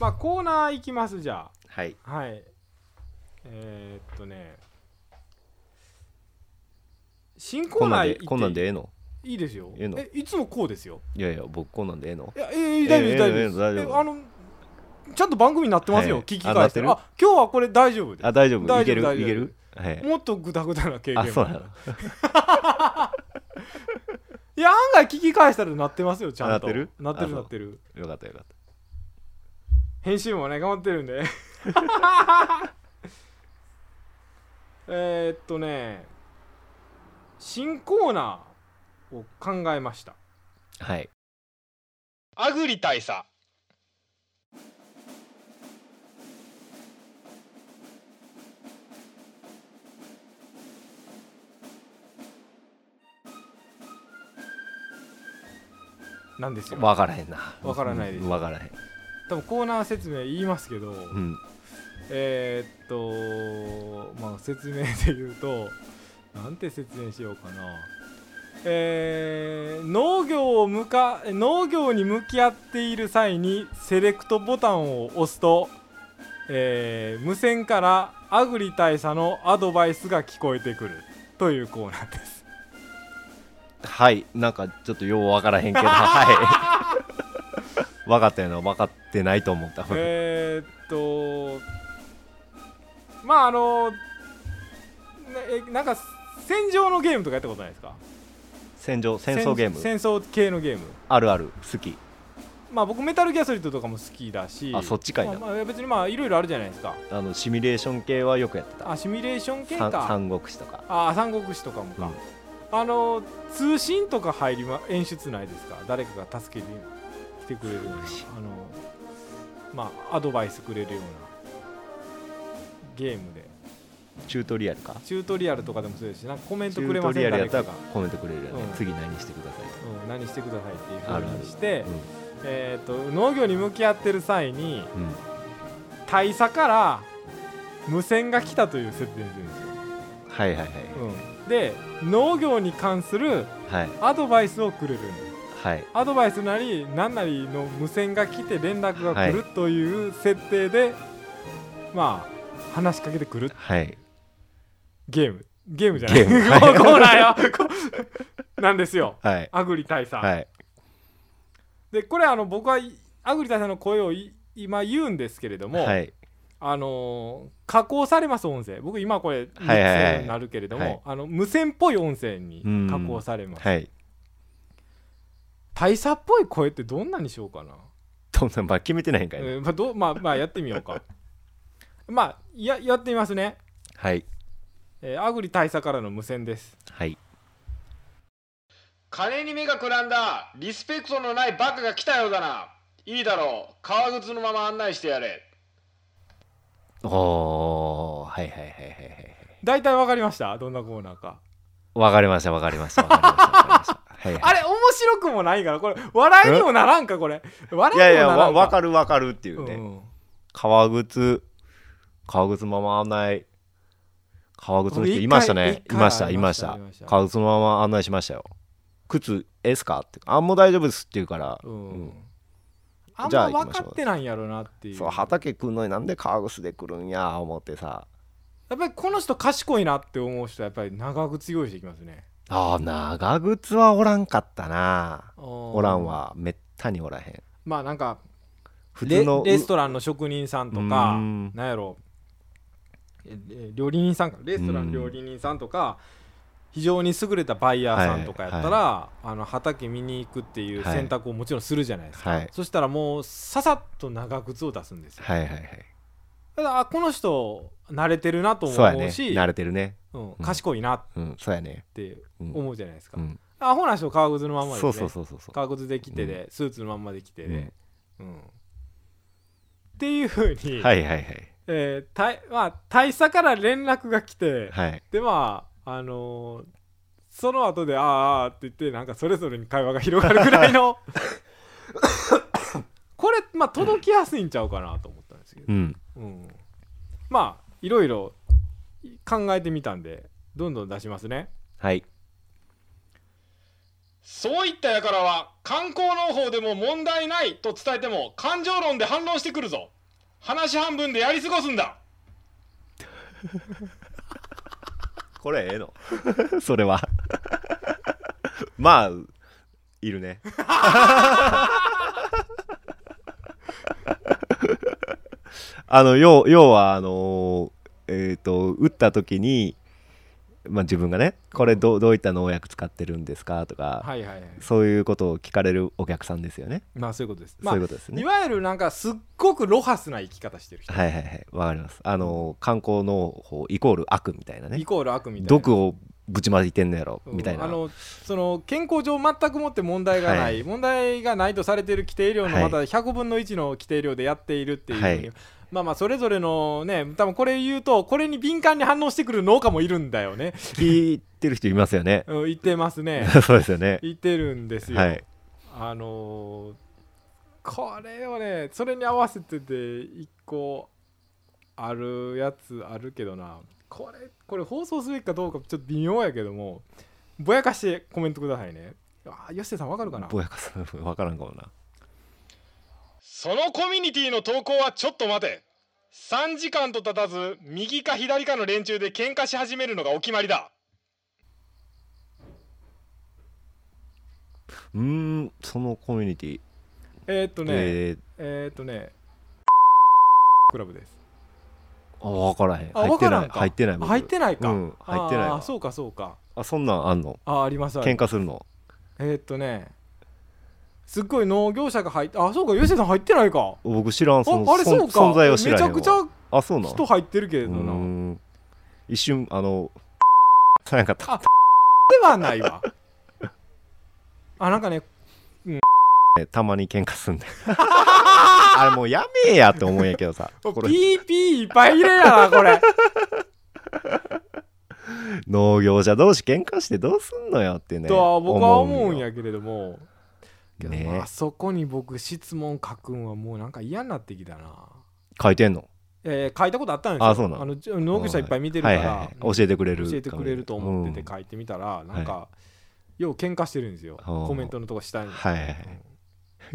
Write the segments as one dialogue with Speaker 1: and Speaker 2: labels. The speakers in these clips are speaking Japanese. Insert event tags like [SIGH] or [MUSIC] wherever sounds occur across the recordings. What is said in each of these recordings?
Speaker 1: まあコーナーいきますじゃ
Speaker 2: はい
Speaker 1: あはいえー、っとね新コ
Speaker 2: こ
Speaker 1: ー
Speaker 2: ん
Speaker 1: ナ
Speaker 2: なん
Speaker 1: ー行っ
Speaker 2: で
Speaker 1: ていい
Speaker 2: こんなんでええの
Speaker 1: いいですよ
Speaker 2: ええの
Speaker 1: えいつもこうですよ
Speaker 2: いやいや僕こんなんでええの
Speaker 1: いや、えー、大丈夫です、
Speaker 2: ええええ
Speaker 1: 大丈
Speaker 2: 大
Speaker 1: 夫
Speaker 2: 丈
Speaker 1: です。
Speaker 2: 夫
Speaker 1: えあの、ちゃんと番組になってますよ、
Speaker 2: はい
Speaker 1: 聞き返して
Speaker 2: あ
Speaker 1: る。
Speaker 2: な
Speaker 1: あ
Speaker 2: って
Speaker 1: 今日はこれ大丈夫で
Speaker 2: あ大丈夫
Speaker 1: 大
Speaker 2: いけ
Speaker 1: 丈夫
Speaker 2: るいけるはい
Speaker 1: す。もっとぐだぐだな経験も
Speaker 2: あそうなの
Speaker 1: [LAUGHS] いや、案外聞き返したらなってますよ、ちゃんと。
Speaker 2: あなってる
Speaker 1: なって
Speaker 2: あ
Speaker 1: る、
Speaker 2: そう
Speaker 1: なってる。
Speaker 2: よかったよかっ
Speaker 1: 編集もね、頑張ってるんで。 [LAUGHS] えーっとね、新コーナーを考えました。
Speaker 2: たはい
Speaker 3: アグリ大佐
Speaker 1: なんですよ。
Speaker 2: 分からへんな
Speaker 1: わからないです
Speaker 2: うんわからへん
Speaker 1: 多分コーナー説明言いますけど、
Speaker 2: うん
Speaker 1: えーっと、まあ、説明で言うと、なんて説明しようかな。えー農業を向か農業に向き合っている際にセレクトボタンを押すと、えー無線からアグリ大佐のアドバイスが聞こえてくるというコーナーです。
Speaker 2: はいなんかちょっとよう分からへ
Speaker 1: [LAUGHS]
Speaker 2: んけどはい分かったよな分かってないと思った
Speaker 1: えーっとまああのねえなんか戦場のゲームとかやったことないですか
Speaker 2: 戦場戦争ゲーム
Speaker 1: 戦戦争系のゲーム
Speaker 2: あるある好き
Speaker 1: まあ僕メタルギアソリッドとかも好きだし
Speaker 2: あそっちかいな
Speaker 1: まあ、まあ別にまあいろいろあるじゃないですか
Speaker 2: あのシミュレーション系はよくやってた
Speaker 1: あシミュレーション系
Speaker 2: さん
Speaker 1: か
Speaker 2: 三国志とか
Speaker 1: あ三国志とかもか、あの通信とか入り、ま、演出ないですか誰かが助けに来てくれるようなあのまあアドバイスくれるようなゲームで
Speaker 2: チュートリアルか
Speaker 1: チュートリアルとかでもそうですしなんかコメン
Speaker 2: チ
Speaker 1: ト
Speaker 2: ュ
Speaker 1: くれ
Speaker 2: ート
Speaker 1: ま
Speaker 2: リ
Speaker 1: せ
Speaker 2: ア
Speaker 1: ん
Speaker 2: ルやった
Speaker 1: 誰
Speaker 2: ら
Speaker 1: かが
Speaker 2: コメントくれるよね、
Speaker 1: うん
Speaker 2: 次何してくださいとか
Speaker 1: うん、何してくださいっていう
Speaker 2: ある
Speaker 1: ふ
Speaker 2: あ
Speaker 1: う
Speaker 2: る
Speaker 1: にして
Speaker 2: うん
Speaker 1: えー、と農業に向き合ってる際に
Speaker 2: うん
Speaker 1: 大佐から無線が来たという設定にするんですよ、
Speaker 2: はいはいはい
Speaker 1: うん、で農業に関する
Speaker 2: はい
Speaker 1: アドバイスをくれるんです
Speaker 2: はい
Speaker 1: アドバイスなり何なりの無線が来て連絡が来るという設定で、まあ話しかけてくる
Speaker 2: はい
Speaker 1: ゲームゲームじゃない
Speaker 2: ゲーム
Speaker 1: [LAUGHS] こうこうなんよこうなんですよ
Speaker 2: はい
Speaker 1: アグリ大佐、
Speaker 2: はい
Speaker 1: でこれあの僕はいアグリ大佐の声をい今言うんですけれども、
Speaker 2: はい
Speaker 1: あのー加工されます音声僕今これ3
Speaker 2: はいはいはい
Speaker 1: つになるけれども、
Speaker 2: はい
Speaker 1: あの無線っぽい音声に加工されます、
Speaker 2: はい
Speaker 1: 大佐っぽい声ってどんなにしようかな、
Speaker 2: どんなまあ決めてないんかいな、
Speaker 1: えーまあ、どうまあまあやってみようか [LAUGHS] まあややってみますね、
Speaker 2: はい
Speaker 1: えーアグリ大佐からの無線です
Speaker 2: はい
Speaker 3: 金に目がくらんだリスペクトのないバカが来たようだないいだろう革靴のまま案内してやれ
Speaker 2: おーはいはいはいはいはいはい
Speaker 1: 大体わかりましたどんなコーナーか
Speaker 2: わかりましたわかりましたわかりましたわかりましたはいはい
Speaker 1: あれ面白くもないからこれ笑いにもならんかこれ笑
Speaker 2: いやい
Speaker 1: いに
Speaker 2: や
Speaker 1: もなら
Speaker 2: わ
Speaker 1: ん
Speaker 2: わか
Speaker 1: る
Speaker 2: るわかるっていうね、革靴革靴まま案内革靴の人いましたねい
Speaker 1: 一回
Speaker 2: ました
Speaker 1: 一回
Speaker 2: いました
Speaker 1: ありました
Speaker 2: 革靴のまま案内しましたよ靴 S かってあもう大丈夫ですって言うから、
Speaker 1: うん、
Speaker 2: うん
Speaker 1: あん
Speaker 2: じゃ
Speaker 1: ま
Speaker 2: あ行き
Speaker 1: 分
Speaker 2: まし
Speaker 1: か
Speaker 2: ょう
Speaker 1: ってないんやろなっていう
Speaker 2: そう畑来んのになんで革靴で来るんや思ってさ
Speaker 1: やっぱりこの人賢いなって思う人はやっぱり長靴用意してきますね
Speaker 2: あー長靴はおらんかったなお
Speaker 1: お
Speaker 2: らんはめったにおらへん
Speaker 1: まあなんか
Speaker 2: 普
Speaker 1: レ
Speaker 2: 通の
Speaker 1: レストランの職人さんと
Speaker 2: う
Speaker 1: か
Speaker 2: ん
Speaker 1: なんやろええ料理人さんかレストラン料理人さんとか非常に優れたバイヤーさんとかやったら、あの畑見に行くっていう選択をもちろんするじゃないですか、
Speaker 2: はい
Speaker 1: そしたらもうささっと長靴を出すんですよ
Speaker 2: はいはいはい
Speaker 1: ただあこの人慣れてるなとも
Speaker 2: そうやね
Speaker 1: 思うし
Speaker 2: 慣れてるね
Speaker 1: うん、賢いなっ
Speaker 2: うんそうやね
Speaker 1: て
Speaker 2: うん、
Speaker 1: 思うじゃないですか、
Speaker 2: うん
Speaker 1: アホな人は革靴のまんまです
Speaker 2: そ
Speaker 1: ね
Speaker 2: うそうそうそうそう
Speaker 1: 革靴で来てで、スーツのまんまで来て
Speaker 2: うん
Speaker 1: で、うんっていうふうに、
Speaker 2: はいはいはい
Speaker 1: えーたいまあ、大佐から連絡が来て、
Speaker 2: はい
Speaker 1: でまああのーその後で「ああああ」って言ってなんかそれぞれに会話が広がるぐらい
Speaker 2: [LAUGHS]
Speaker 1: のこれ、まあ、届きやすいんちゃうかなと思ったんですけど
Speaker 2: う、ん
Speaker 1: うんまあいろいろ考えてみたんでどんどん出しますね。
Speaker 2: はい
Speaker 3: そういった輩は観光農法でも問題ないと伝えても感情論で反論してくるぞ話半分でやり過ごすんだ
Speaker 2: これええの [LAUGHS] それはまあいるね [LAUGHS] あの要要はあのーえっ、と打った時に、まあ、自分がねこれどうどういった農薬使ってるんですかとか、
Speaker 1: はいはいはい
Speaker 2: そういうことを聞かれるお客さんですよね、
Speaker 1: まあそういうことですまあ
Speaker 2: そういうことですね
Speaker 1: いわゆるなんかすっごくロハスな生き方してる人、
Speaker 2: はいはいはいわかりますあのー観光農法イコール悪みたいなね
Speaker 1: イコール悪みたいな
Speaker 2: 毒をぶちまいてんのやろ
Speaker 1: うん
Speaker 2: みたいな、
Speaker 1: あのその健康上全くもって問題がない、
Speaker 2: はい
Speaker 1: 問題がないとされている規定量の
Speaker 2: はい
Speaker 1: また100分の1の規定量でやっているっていう、
Speaker 2: はい
Speaker 1: まあまあそれぞれのね多分これ言うとこれに敏感に反応してくる農家もいるんだよね、
Speaker 2: 聞いてる人いますよね
Speaker 1: うん、言ってますね
Speaker 2: そうですよね
Speaker 1: 言ってるんですよ、
Speaker 2: はい
Speaker 1: あのーこれをねそれに合わせてて一個あるやつあるけどなこれこれ放送すべきかどうかちょっと微妙やけどもぼやかしてコメントくださいねあ吉瀬さんわかるかな
Speaker 2: ぼやかす分からんかもな
Speaker 3: そのコミュニティの投稿はちょっと待て3時間と経たず右か左かの連中で喧嘩し始めるのがお決まりだ
Speaker 2: うーんそのコミュニティ、
Speaker 1: えーっとねえ
Speaker 2: え
Speaker 1: ーっとねクラブです
Speaker 2: ー、あ分からへん
Speaker 1: あ
Speaker 2: 入
Speaker 1: わ
Speaker 2: って
Speaker 1: から
Speaker 2: なんい
Speaker 1: か
Speaker 2: 入ってない
Speaker 1: あ
Speaker 2: 僕
Speaker 1: 入ってないか、
Speaker 2: うん入ってない
Speaker 1: あ
Speaker 2: わ
Speaker 1: ーそうかそうか
Speaker 2: あそんなんあんの
Speaker 1: あーありますあり
Speaker 2: 喧
Speaker 1: ます
Speaker 2: 嘩するの
Speaker 1: えーっとねすっごい農業者が入ってあそうか吉瀬さん入ってないか
Speaker 2: 僕知らんその
Speaker 1: ああれ
Speaker 2: そん
Speaker 1: そうか
Speaker 2: 存在を知らへんわ
Speaker 1: めちゃく
Speaker 2: あそう
Speaker 1: ち
Speaker 2: な
Speaker 1: ゃ
Speaker 2: ん
Speaker 1: 人入ってるけれ
Speaker 2: う
Speaker 1: どな、
Speaker 2: ーん一瞬あの [LAUGHS] さな
Speaker 1: [LAUGHS]
Speaker 2: かった
Speaker 1: ではないわあなんかね
Speaker 2: ねたまに喧嘩すんで [LAUGHS] あれもうやめえやって思うんやけど
Speaker 1: [LAUGHS]
Speaker 2: さ
Speaker 1: ピ
Speaker 2: これ
Speaker 1: ーピーいっぱい入れやな
Speaker 2: [LAUGHS]
Speaker 1: これ
Speaker 2: 農業者同士喧嘩してどうすんのよってね
Speaker 1: とは僕は思うん
Speaker 2: よ
Speaker 1: やけれども、けど
Speaker 2: ね
Speaker 1: まあそこに僕質問書くんはもうなんか嫌になってきたな、
Speaker 2: 書いてんの
Speaker 1: えー書いたことあったんですよ
Speaker 2: あそうなの
Speaker 1: のじ農業者いっぱい見てるから、
Speaker 2: はいはいはい教えてくれる
Speaker 1: 教えてくれると思ってて書いてみたら、なんか、よう喧嘩してるんですよ
Speaker 2: ほう
Speaker 1: コメントのとこ下に、
Speaker 2: はいはいはい
Speaker 1: う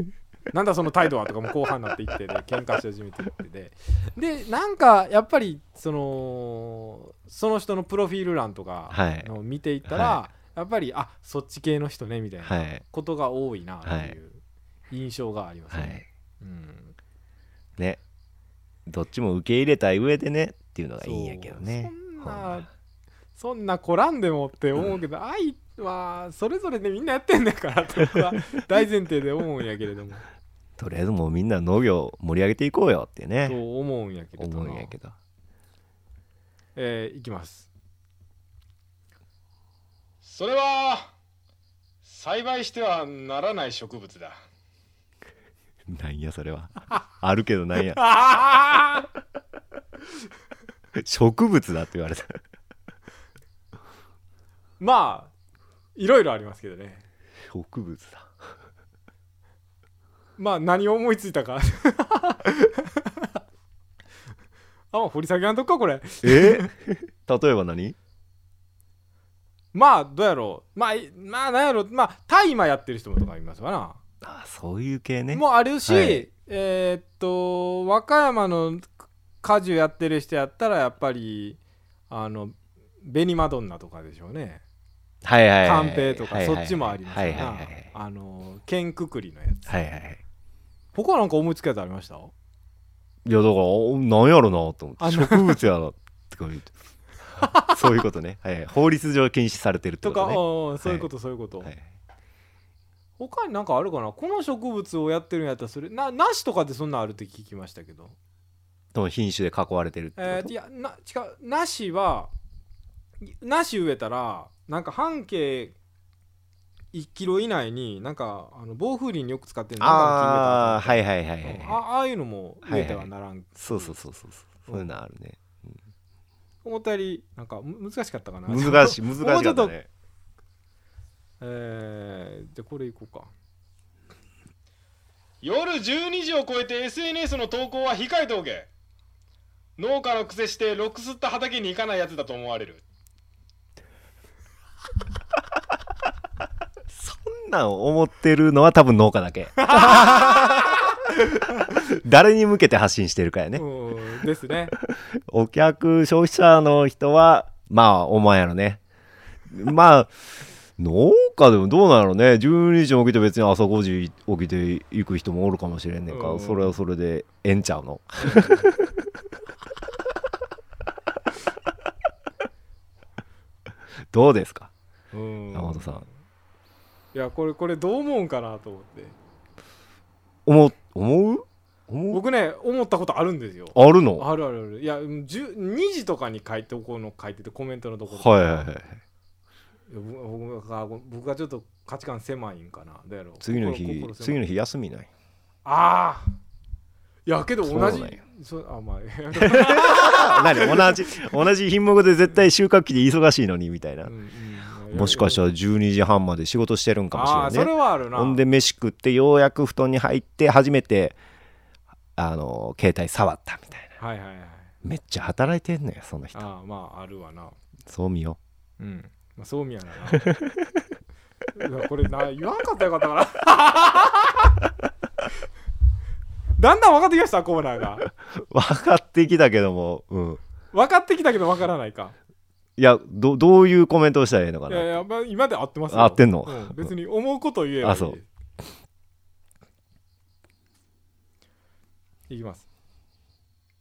Speaker 1: んなんだその態度はとかもう後半になっていってで喧嘩し始めてってででなんかやっぱりそのその人のプロフィール欄とか
Speaker 2: はい
Speaker 1: の見ていったら、
Speaker 2: は
Speaker 1: やっぱりあそっち系の人ねみたいな
Speaker 2: はい
Speaker 1: ことが多いなっていう印象があります
Speaker 2: は
Speaker 1: ね、
Speaker 2: い
Speaker 1: うん
Speaker 2: ねどっちも受け入れた上でねっていうのがいいんやけど
Speaker 1: そ
Speaker 2: ね
Speaker 1: うそん
Speaker 2: ほ
Speaker 1: な
Speaker 2: んま
Speaker 1: そんなこらんでもって思うけど、愛はそれぞれでみんなやってんだからと僕は大前提で思うんやけれど [LAUGHS] も
Speaker 2: とりあえずもうみんな農業盛り上げていこうよってね
Speaker 1: と思うんやけれど
Speaker 2: 思う
Speaker 1: も
Speaker 2: んやけど
Speaker 1: えーいきます
Speaker 3: それは栽培してはならない植物
Speaker 1: [LAUGHS]
Speaker 3: だ
Speaker 2: なんやそれはあるけどなんや
Speaker 1: あー
Speaker 2: 植物だって言われた
Speaker 1: まあいろいろありますけどね
Speaker 2: 植物だ
Speaker 1: まあ何を思いついたか [LAUGHS] あもう掘り下げなんとくかこれ
Speaker 2: え例えば何
Speaker 1: まあどうやろうまあいまあなんやろうまあ大麻やってる人もとかいますわな
Speaker 2: あそういう系ね
Speaker 1: もあるし、
Speaker 2: はい
Speaker 1: えーっと和歌山の果樹やってる人やったらやっぱりあの紅マドンナとかでしょうね
Speaker 2: はいはいはい
Speaker 1: 寛平とか
Speaker 2: はい
Speaker 1: そ
Speaker 2: はいはい
Speaker 1: っちもあります
Speaker 2: は
Speaker 1: よ
Speaker 2: いはいは
Speaker 1: ないあの剣くくりのやつ
Speaker 2: はいはいはい
Speaker 1: 他なんか思いつくやつありました
Speaker 2: いやだからおなんやろなと思っ
Speaker 1: あ
Speaker 2: て植物やろってこう言う
Speaker 1: [LAUGHS]
Speaker 2: てそういうことね、はいはい、法律上禁止されてるって
Speaker 1: と
Speaker 2: こ
Speaker 1: か、
Speaker 2: とね
Speaker 1: うんうんそういうことそういうこと、
Speaker 2: はい
Speaker 1: 他になんかあるかなこの植物をやってるんやったらそれな梨とかでそんなんあるって聞きましたけど
Speaker 2: でも品種で囲われてるってこと、
Speaker 1: えー、いやな違う梨はい梨植えたらなんか半径1キロ以内になんかあの防風林によく使ってるなん
Speaker 2: ああ
Speaker 1: か
Speaker 2: はいはいはい
Speaker 1: の木みたい
Speaker 2: はい
Speaker 1: なのあああいうのも植えてはならん、
Speaker 2: そうそうそうそうそうそういうのあるね
Speaker 1: 思ったよりなんかむ難しかったかな
Speaker 2: 難し
Speaker 1: [LAUGHS] い、
Speaker 2: い難しか
Speaker 1: もう
Speaker 2: っ
Speaker 1: ちょっ
Speaker 2: た
Speaker 1: と
Speaker 2: ね
Speaker 1: えー、じゃあこれいこうか
Speaker 3: 夜12時を超えて SNS の投稿は控えておけ農家のくせしてロックスった畑に行かないやつだと思われる
Speaker 2: んなん思ってるのは多分農家だ
Speaker 1: [LAUGHS]
Speaker 2: け誰に向けて発信してるかやね
Speaker 1: うんですね
Speaker 2: お客消費者の人はまあお前やろねまあ農家でもどうなんやろね12時に起きて別に朝5時起きて行く人もおるかもしれんねんか
Speaker 1: う
Speaker 2: ら
Speaker 1: ん
Speaker 2: それはそれでええんちゃう
Speaker 1: [LAUGHS]
Speaker 2: のどうですか
Speaker 1: うん
Speaker 2: 山本さん
Speaker 1: いやこれこれどう思うんかなと思って
Speaker 2: 思う思う思う
Speaker 1: 僕ね思ったことあるんですよ
Speaker 2: あるのは
Speaker 1: あるあるあるいやうん10 2時とかに書いておこうの書いててコメントのところ
Speaker 2: いはいはい
Speaker 1: いや僕僕が僕がちょっと価値観狭いんかなどうやろう
Speaker 2: 次の日
Speaker 1: 心心狭い
Speaker 2: 次の日休みない
Speaker 1: ああいやけど同
Speaker 2: そ
Speaker 1: じ
Speaker 2: うなんや
Speaker 1: そうあ [LAUGHS] まあ
Speaker 2: 何同じ同じ品目で絶対収穫期で忙しいのにみたいな
Speaker 1: うんうん
Speaker 2: もしかしたら12時半まで仕事してるんかもし
Speaker 1: ああ
Speaker 2: れ
Speaker 1: そ
Speaker 2: な
Speaker 1: れ
Speaker 2: いね
Speaker 1: はあるな
Speaker 2: ほんで飯食ってようやく布団に入って初めてあの携帯触ったみたいな
Speaker 1: はいはいはい
Speaker 2: めっちゃ働いてんのよその人
Speaker 1: ああまああるわな
Speaker 2: そう見よ
Speaker 1: うんまあそうみやなうわこれな言わんかったらよかったかな [LAUGHS] だんだん分かってきましたコーナーが
Speaker 2: う [LAUGHS] 分かってきたけどもうん
Speaker 1: 分かってきたけど分からないか
Speaker 2: いやどどういうコメントをしたらいいのか
Speaker 1: いやい
Speaker 2: な
Speaker 1: や、まあ、今で合ってますよ
Speaker 2: 合ってんの
Speaker 1: う別に思うことを言えばいい
Speaker 2: あそう
Speaker 1: いきます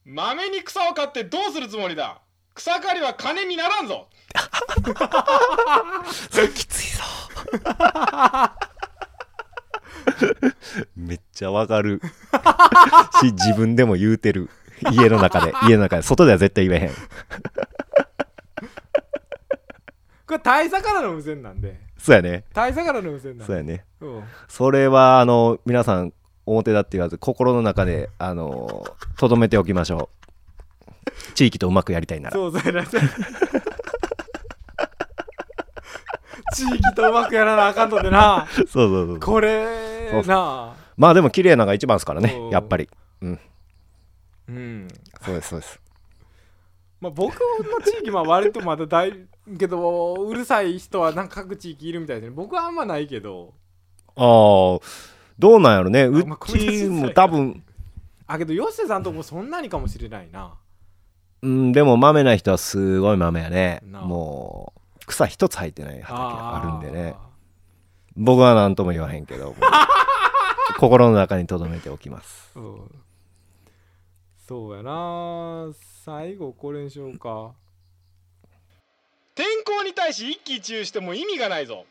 Speaker 3: 豆に草を買ってどうするつもりだ草刈りは金にならんぞ
Speaker 2: それきついぞ [LAUGHS] めっちゃわかるし自分でも言うてる家の中で家の中で外では絶対言えへん
Speaker 1: これ大佐からの無線なんで
Speaker 2: そうやね
Speaker 1: 大佐からの無線なんで
Speaker 2: そうやね
Speaker 1: うん
Speaker 2: それはあの皆さん表だって言わず心の中であのとどめておきましょう地域とうまくやりたいなら
Speaker 1: そうそうやな地域とうまくやらなあかんのでな
Speaker 2: そうそうそう
Speaker 1: これ
Speaker 2: そう
Speaker 1: なあ
Speaker 2: まあでも綺麗なのが一番ですからね
Speaker 1: そう
Speaker 2: やっぱり
Speaker 1: うん
Speaker 2: そうですそうです
Speaker 1: まあ僕の地域まあ割とまだ大けどうるさい人はなんか各地域いるみたいですね僕はあんまないけど
Speaker 2: ああどうなんやろねう
Speaker 1: まあこれは
Speaker 2: ち
Speaker 1: 実
Speaker 2: も
Speaker 1: 際
Speaker 2: 多分
Speaker 1: あけど吉瀬さんとこそんなにかもしれないな
Speaker 2: うんでも豆な人はすごい豆やね
Speaker 1: なあ
Speaker 2: もう草一つ生えてない畑があるんでね
Speaker 1: あ
Speaker 2: 僕は何とも言わへんけ [LAUGHS] どもう心の中にとどめておきます
Speaker 1: ーうんそうやな最後これにしようか
Speaker 3: 天候に対し一喜一憂しても意味がないぞ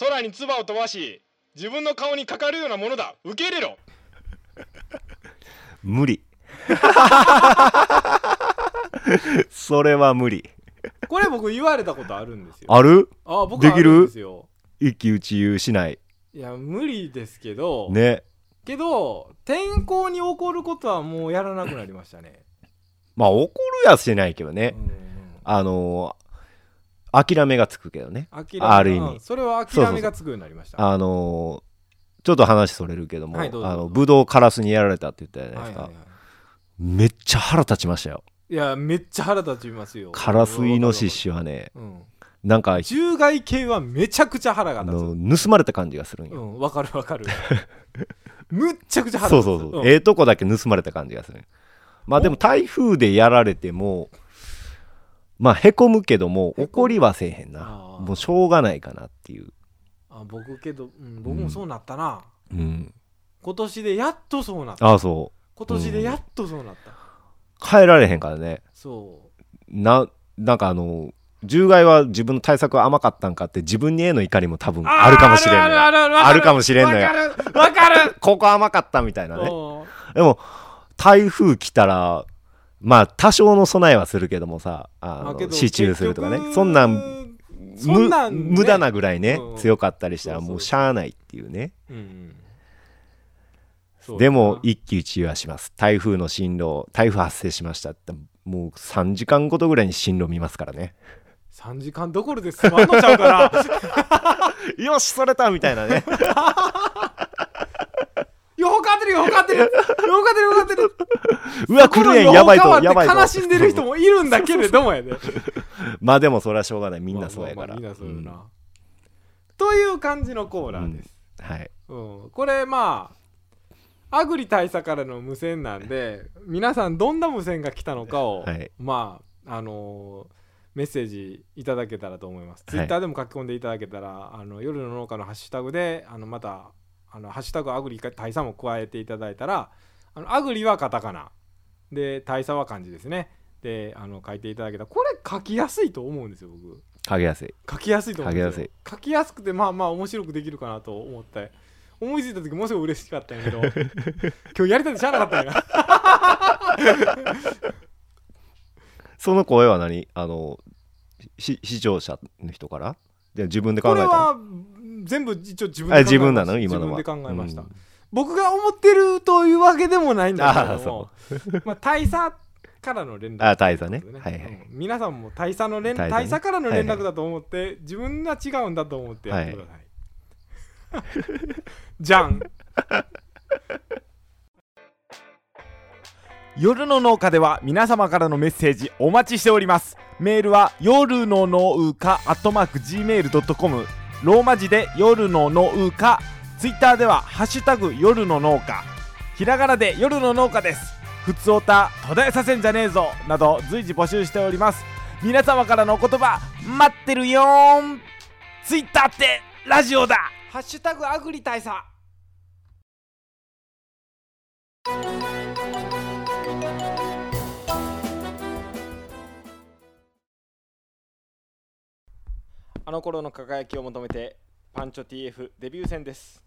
Speaker 3: 空に唾を飛ばし自分の顔にかかるようなものだ受け入れろ
Speaker 1: [LAUGHS]
Speaker 2: 無理それは無理
Speaker 1: これ僕言われたことあるんですよ
Speaker 2: ある
Speaker 1: あ僕
Speaker 2: できる
Speaker 1: あんですよ
Speaker 2: 一喜一憂しない
Speaker 1: いや無理ですけど、
Speaker 2: ね
Speaker 1: けど天候に起こることはもうやらなくなりましたね、
Speaker 2: まあ怒るやしないけどね
Speaker 1: うんうん
Speaker 2: あのー諦めがつくけどね
Speaker 1: 諦め
Speaker 2: ある意味
Speaker 1: うんそれは諦めがつくようになりました
Speaker 2: あのーちょっと話それるけども、
Speaker 1: はいどうぞ
Speaker 2: あのブドウカラスにやられたって言ったじゃないですか、
Speaker 1: はいはいは
Speaker 2: めっちゃ腹立ちましたよ
Speaker 1: い、いやめっちゃ腹立ちますよ
Speaker 2: カラスイノシ、シはね
Speaker 1: うん、
Speaker 2: なんかあ
Speaker 1: 獣害系はめちゃくちゃ腹が立つ
Speaker 2: の盗まれた感じがするん
Speaker 1: う
Speaker 2: よ、
Speaker 1: んわかるわ [LAUGHS] かるむっちゃくちゃ腹
Speaker 2: そう
Speaker 1: 立つ
Speaker 2: そうそう、
Speaker 1: ん
Speaker 2: ええとこだけ盗まれた感じがするまあでも台風でやられてもまあへこむけども
Speaker 1: む
Speaker 2: 怒りはせえへんな
Speaker 1: あー
Speaker 2: もうしょうがないかなっていう、
Speaker 1: あ僕けど、うん、僕もそうなったな、
Speaker 2: うん、
Speaker 1: 今年でやっとそうなった
Speaker 2: ああそう
Speaker 1: 今年でやっとそうなった、
Speaker 2: 変えられへんからね
Speaker 1: そ
Speaker 2: ななんかあの獣害は自分の対策は甘かったんかって自分にへの怒りも多分
Speaker 1: う
Speaker 2: あるかもしれんのよ
Speaker 1: あるあるある
Speaker 2: あるかもしれんのよ
Speaker 1: わかるわかる
Speaker 2: ここ甘かったみたいなね
Speaker 1: おう
Speaker 2: でも台風来たらまあ多少の備えはするけどもさあ
Speaker 1: あけ
Speaker 2: の
Speaker 1: ど
Speaker 2: 支柱するとか
Speaker 1: 結
Speaker 2: ね
Speaker 1: 局
Speaker 2: そんなん
Speaker 1: そんなんね
Speaker 2: む無駄なぐらいね
Speaker 1: うん
Speaker 2: 強かったりしたら
Speaker 1: そうそう
Speaker 2: もうしゃあないっていうね
Speaker 1: うんうんそう
Speaker 2: でも
Speaker 1: や
Speaker 2: 一喜一憂はします台風の進路台風発生しましたってもう3時間ごとぐらいに進路見ますからね
Speaker 1: な3時間どころで済まんのちゃうから
Speaker 2: よしそれたみたいなね
Speaker 1: よほかってるよほかってるよほかってるよほかってる
Speaker 2: [LAUGHS] [LAUGHS] うわ来るやんやばい
Speaker 1: 心
Speaker 2: と
Speaker 1: の
Speaker 2: やばいと
Speaker 1: 悲しんでる人もいるんだけれどもやで
Speaker 2: [LAUGHS] まあでもそれはしょうがないみんなそうや
Speaker 1: ま
Speaker 2: か
Speaker 1: あま
Speaker 2: ら
Speaker 1: あみんなそうや
Speaker 2: うん
Speaker 1: なという感じのコーナーです
Speaker 2: はい
Speaker 4: うん、これまあアグリ大佐からの無線なんで皆さんどんな無線が来たのかを、
Speaker 2: はい
Speaker 4: まああのーメッセージいただけたらと思います、
Speaker 2: は
Speaker 4: ツ
Speaker 2: い
Speaker 4: イッターでも書き込んでいただけたらあの夜の農家のハッシュタグであのまたあのハッシュタグアグリ大佐も加えていただいたらあのアグリはカタカナで大佐は漢字ですねであの書いていただけたらこれ書きやすいと思うんですよ僕
Speaker 2: かけやすい
Speaker 4: 書きやすいと思うんですよ
Speaker 2: 書きや
Speaker 4: 書きやすくてまあまあ面白くできるかなと思って思いついた時ものすごい嬉しかったんや [LAUGHS] けど今日やりたくてしゃあなかったんや
Speaker 2: その声は何あのし視聴者の人からで自分で考
Speaker 4: こ
Speaker 2: え
Speaker 4: れ
Speaker 2: たの
Speaker 4: は全部一応自分で考えました
Speaker 2: あ自分なの今のは
Speaker 4: 自分で考えました、
Speaker 2: うん
Speaker 4: 僕が思ってるというわけでもないんだけども
Speaker 2: あ
Speaker 4: [LAUGHS] まあ大佐からの連絡
Speaker 2: あ大佐ね
Speaker 4: ということ
Speaker 2: はい
Speaker 4: で
Speaker 2: はい、
Speaker 4: うん皆さんも大佐の連
Speaker 2: 大
Speaker 4: 大
Speaker 2: 佐
Speaker 4: 佐,、
Speaker 2: ね
Speaker 4: からの
Speaker 2: はいは
Speaker 4: 連
Speaker 2: い
Speaker 4: 絡だと思って、自分が違うんだと思ってやってください、 [LAUGHS] じゃん
Speaker 1: [LAUGHS] 夜の農家では皆様からのメッセージお待ちしておりますメールは夜の農家アットマーク Gmail.com ローマ字で夜の農家ツイッターでは「ハッシュタグ夜の農家」ひらがなで夜の農家ですふつおた途絶えさせんじゃねえぞなど随時募集しております皆様からのお言葉待ってるよーんツイッターってラジオだ
Speaker 4: ハッシュタグアグリ大佐あの頃の輝きを求めてパンチョ TF デビュー戦です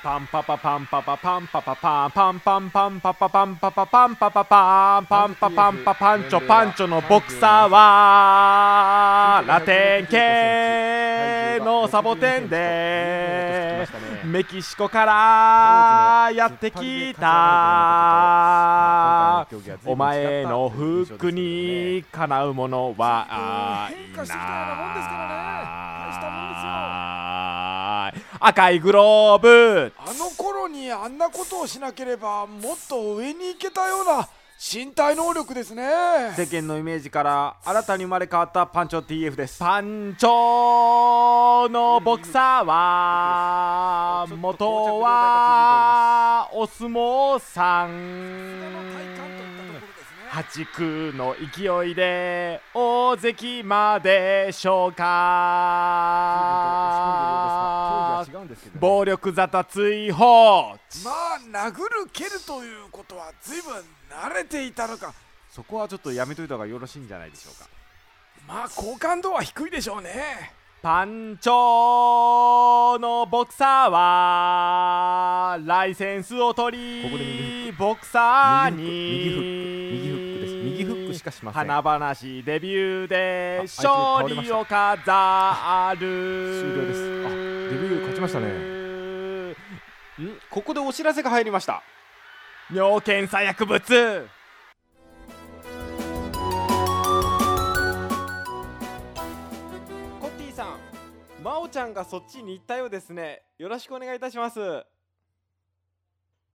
Speaker 1: パンパパパンパパパンパパパンパンパンパンパパパンパパパンパパパンパンパパンパパンチョパンチョのボクサーはラテン系のサボテンでメキシコからやってきたお前の服にかなうものはない赤いグローブ
Speaker 5: あの頃にあんなことをしなければもっと上に行けたような身体能力ですね
Speaker 1: 世間のイメージから新たに生まれ変わったパンチョ TF ですパンチョのボクサーは元はお相撲さん破竹の勢いで大関まで昇華暴力沙汰追放
Speaker 5: まあ殴る蹴るということは随分慣れていたのか
Speaker 1: そこはちょっとやめといた方がよろしいんじゃないでしょうか
Speaker 5: まあ好感度は低いでしょうね
Speaker 1: パンチョのボクサーはライセンスを取り
Speaker 6: ここで右
Speaker 1: ボクサーに
Speaker 6: 右フック右フックです右フックしかしません
Speaker 1: 華々しいデビューで
Speaker 6: あ相手に倒
Speaker 1: 勝
Speaker 6: れまし
Speaker 1: 利
Speaker 6: た
Speaker 1: を飾
Speaker 6: 終
Speaker 1: る
Speaker 6: 了ですあデビュー勝ちました
Speaker 1: ね
Speaker 7: んここでお知らせが入りました
Speaker 1: 尿検査薬物
Speaker 4: コッティさん真央ちゃんがそっちに行ったようですねよろしくお願いいたします